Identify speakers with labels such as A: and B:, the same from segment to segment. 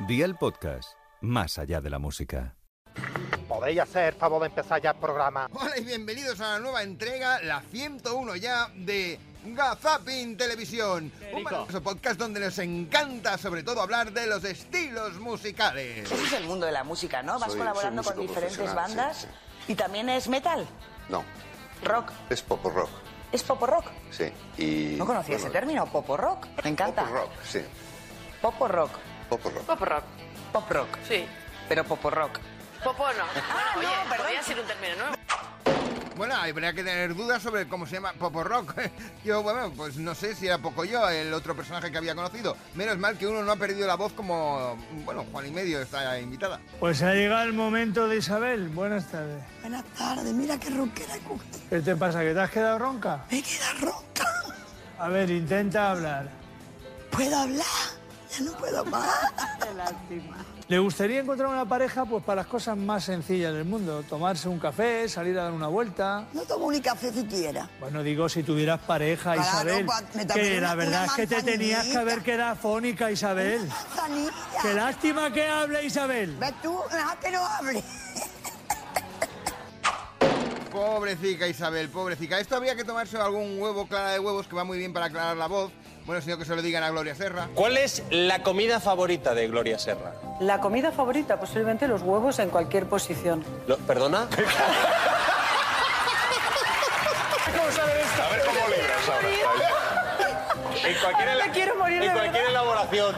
A: Día el podcast, más allá de la música.
B: ¿Podéis hacer favor de empezar ya el programa?
C: Hola y bienvenidos a la nueva entrega, la 101 ya, de Gazapin Televisión. Un maravilloso podcast donde nos encanta sobre todo hablar de los estilos musicales.
D: Ese es el mundo de la música, ¿no? Vas
E: Soy-
D: colaborando
E: soy
D: con
E: músico
D: diferentes
E: profesional,
D: bandas
E: sí,
D: y también es metal,
E: No,
D: rock,
E: es pop rock,
D: es popo rock.
E: sí. Y,
D: No conocía
E: bueno,
D: ese término, popo rock. Me encanta.
E: Pop rock, sí.
D: Popo rock,
E: Pop rock.
F: Pop rock,
D: pop rock,
F: sí.
D: pero popo rock.
F: Popo no.
D: Ah,
F: Bueno,
D: no,
F: oye,
D: perdón.
F: podría ser un término nuevo.
C: Bueno, habría que tener dudas sobre cómo se llama Popo Rock. Yo, bueno, pues no sé si era Pocoyo el otro personaje que había conocido. Menos mal que uno no ha perdido la voz como, bueno, Juan y medio está invitada.
G: Pues ha llegado el momento de Isabel. Buenas tardes.
H: Buenas tardes, mira qué ronquera he cogido.
G: ¿Qué te pasa? ¿Que te has quedado ronca?
H: Me queda ronca.
G: A ver, intenta hablar.
H: ¿Puedo hablar? Ya no puedo más.
G: ¿Le gustaría encontrar una pareja? Pues para las cosas más sencillas del mundo. Tomarse un café, salir a dar una vuelta.
H: No tomo ni café siquiera.
G: Bueno, digo, si tuvieras pareja,
H: Claro,
G: Isabel.
D: pues,
H: pa- me
G: Que
H: tomaré
G: la
H: una-
G: verdad
H: una
G: es que te tenías que
H: manzanita.
G: haber quedado fónica, Isabel.
H: Manzanilla.
G: Qué lástima que hable, Isabel.
H: ¿Ves tú? Nada que no hable.
C: Pobrecica Isabel, pobrecica. Esto habría que tomarse algún huevo, clara de huevos, que va muy bien para aclarar la voz. Bueno, sino que se lo digan a Gloria Serra.
I: ¿Cuál es la comida favorita de Gloria Serra?
J: La comida favorita, posiblemente los huevos en cualquier posición.
I: Lo- ¿Perdona? A ver cómo libras En cualquier,
J: Ahora me quiero morir
I: en
J: de
I: cualquier
J: verdad.
I: elaboración.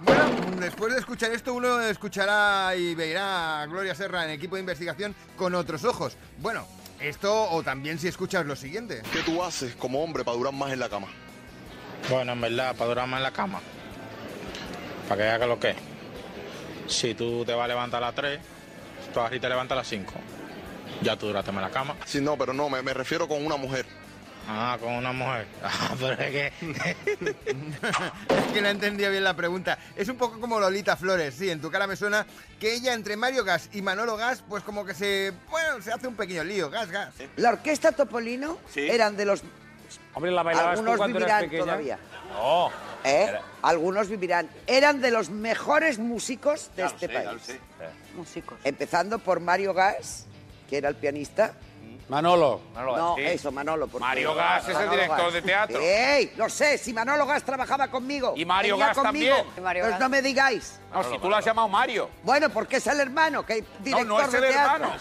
C: Bueno, después de escuchar esto, uno escuchará y verá a Gloria Serra en equipo de investigación con otros ojos. Bueno, esto o también si escuchas lo siguiente.
E: ¿Qué tú haces como hombre para durar más en la cama?
K: Bueno, en verdad, para durar más en la cama. Para que veas que lo que es. Si tú te vas a levantar a las 3, tu ahorita te levantas a las 5. Ya tú duraste más en la cama.
E: Sí, no, pero no, me, me refiero con una mujer.
K: Ah, con una mujer. Ah, pero es que...
C: Es que no entendía bien la pregunta. Es un poco como Lolita Flores, sí, en tu cara me suena que ella entre Mario Gas y Manolo Gas, pues como que se, bueno, se hace un pequeño lío, Gas, Gas.
D: La orquesta Topolino eran de los...
I: Hombre, la No.
D: Algunos vivirán. Eran de los mejores músicos de este
J: Músicos.
D: Empezando por Mario Gas, que era el pianista.
K: Manolo.
D: No, eso, Manolo. porque-
K: Mario Gas es el
D: Manolo
K: director
D: Gas.
K: de teatro.
D: ¡Ey! Lo sé, si Manolo Gas trabajaba conmigo.
K: Y Mario
D: venía
K: Gas
D: conmigo.
K: también.
J: Y Mario
D: Pues
J: Gas.
D: no me digáis.
K: No, si tú lo has llamado Mario.
D: Bueno, porque es el hermano, que director de teatro.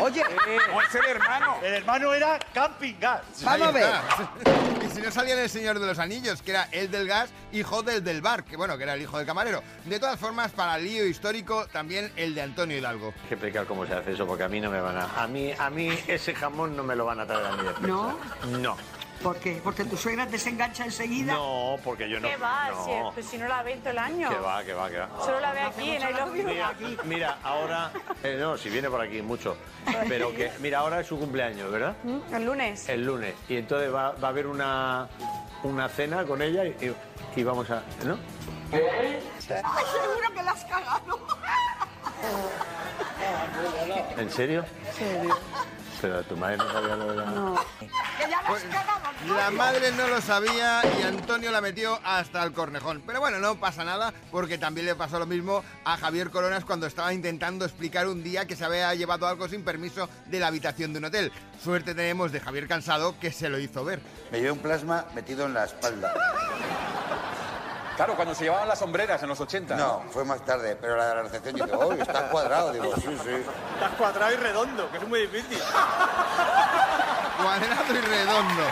D: Oye,
K: No es el hermano.
G: El hermano era Camping Gas.
D: vamos a
C: Ahí
D: ver.
C: está. Y si no salía en El Señor de los Anillos, que era el del gas, hijo del del bar, que bueno, que era el hijo del camarero. De todas formas, para el lío histórico, también el de Antonio Hidalgo.
I: Hay que explicar cómo se hace eso, porque a mí no me van a... A mí, a mí ese jamón no me lo van a traer a mi defensa.
H: ¿No?
I: No.
H: ¿Por qué? ¿Porque tu suegra desengancha enseguida?
I: No, porque yo no...
F: ¿Qué va?
I: no.
F: Si, pues si no la ve en todo el año.
I: Que va, que va, que va.
F: Solo la ve aquí en I Love You.
I: Mira, mira, ahora... eh, no, si viene por aquí, mucho. Pero que... Mira, ahora es su cumpleaños, ¿verdad?
F: ¿Mm? El lunes.
I: El lunes. Y entonces va, va a haber una, una cena con ella y, y- y vamos a... ¿No?
H: Seguro que la has cagado.
I: ¿En serio? ¿En serio? Pero tu madre no sabía lo de la...
H: Que ya la has cagado.
C: La madre no lo sabía y Antonio la metió hasta el cornejón. Pero bueno, no pasa nada porque también le pasó lo mismo a Javier Coronas cuando estaba intentando explicar un día que se había llevado algo sin permiso de la habitación de un hotel. Suerte tenemos de Javier Cansado que se lo hizo ver.
I: Me llevé un plasma metido en la espalda.
K: Claro, cuando se llevaban las sombreras en los 80.
I: No, fue más tarde, pero la de la recepción dice, uy, está cuadrado. Digo, sí, sí.
K: Estás cuadrado y redondo, que es muy difícil.
C: Cuadrado y redondo.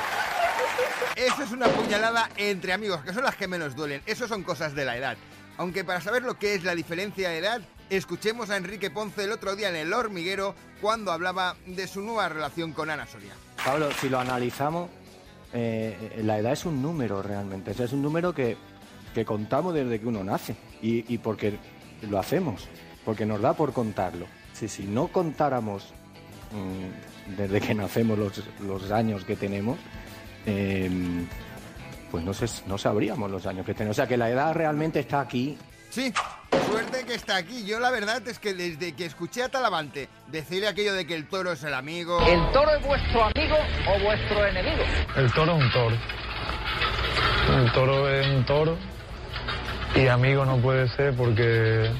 C: Eso es una puñalada entre amigos, que son las que menos duelen. Eso son cosas de la edad. Aunque para saber lo que es la diferencia de edad, escuchemos a Enrique Ponce el otro día en El Hormiguero cuando hablaba de su nueva relación con Ana Soria.
I: Pablo, si lo analizamos, eh, la edad es un número realmente. O sea, es un número que, que contamos desde que uno nace y, y porque lo hacemos, porque nos da por contarlo. Si, si no contáramos mm, desde que nacemos los, los años que tenemos, eh, pues no, sé, no sabríamos los años que tenemos. O sea, que la edad realmente está aquí
C: Sí, suerte que está aquí. Yo la verdad es que desde que escuché a Talavante decirle aquello de que el toro es el amigo...
D: ¿El toro es vuestro amigo o vuestro enemigo?
G: El toro es un toro. El toro es un toro.
L: Y amigo no puede ser porque,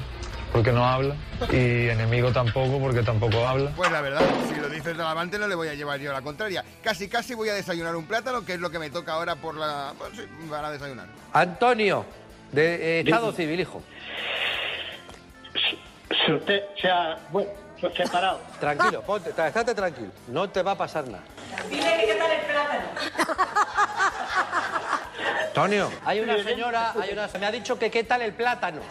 L: porque no habla. Y enemigo tampoco porque tampoco habla.
C: Pues la verdad, si lo dices de Alavante no le voy a llevar yo la contraria. Casi casi voy a desayunar un plátano, que es lo que me toca ahora por la... Bueno, sí, para desayunar.
M: Antonio, de eh, Estado
N: Dice.
M: Civil, hijo.
N: Si usted se ha bueno, se ha separado.
M: Tranquilo, ponte, tra- estate tranquilo. No te va a pasar nada.
N: Dile que tal el plátano.
M: Antonio. Hay una señora, hay una me ha dicho que qué tal el plátano.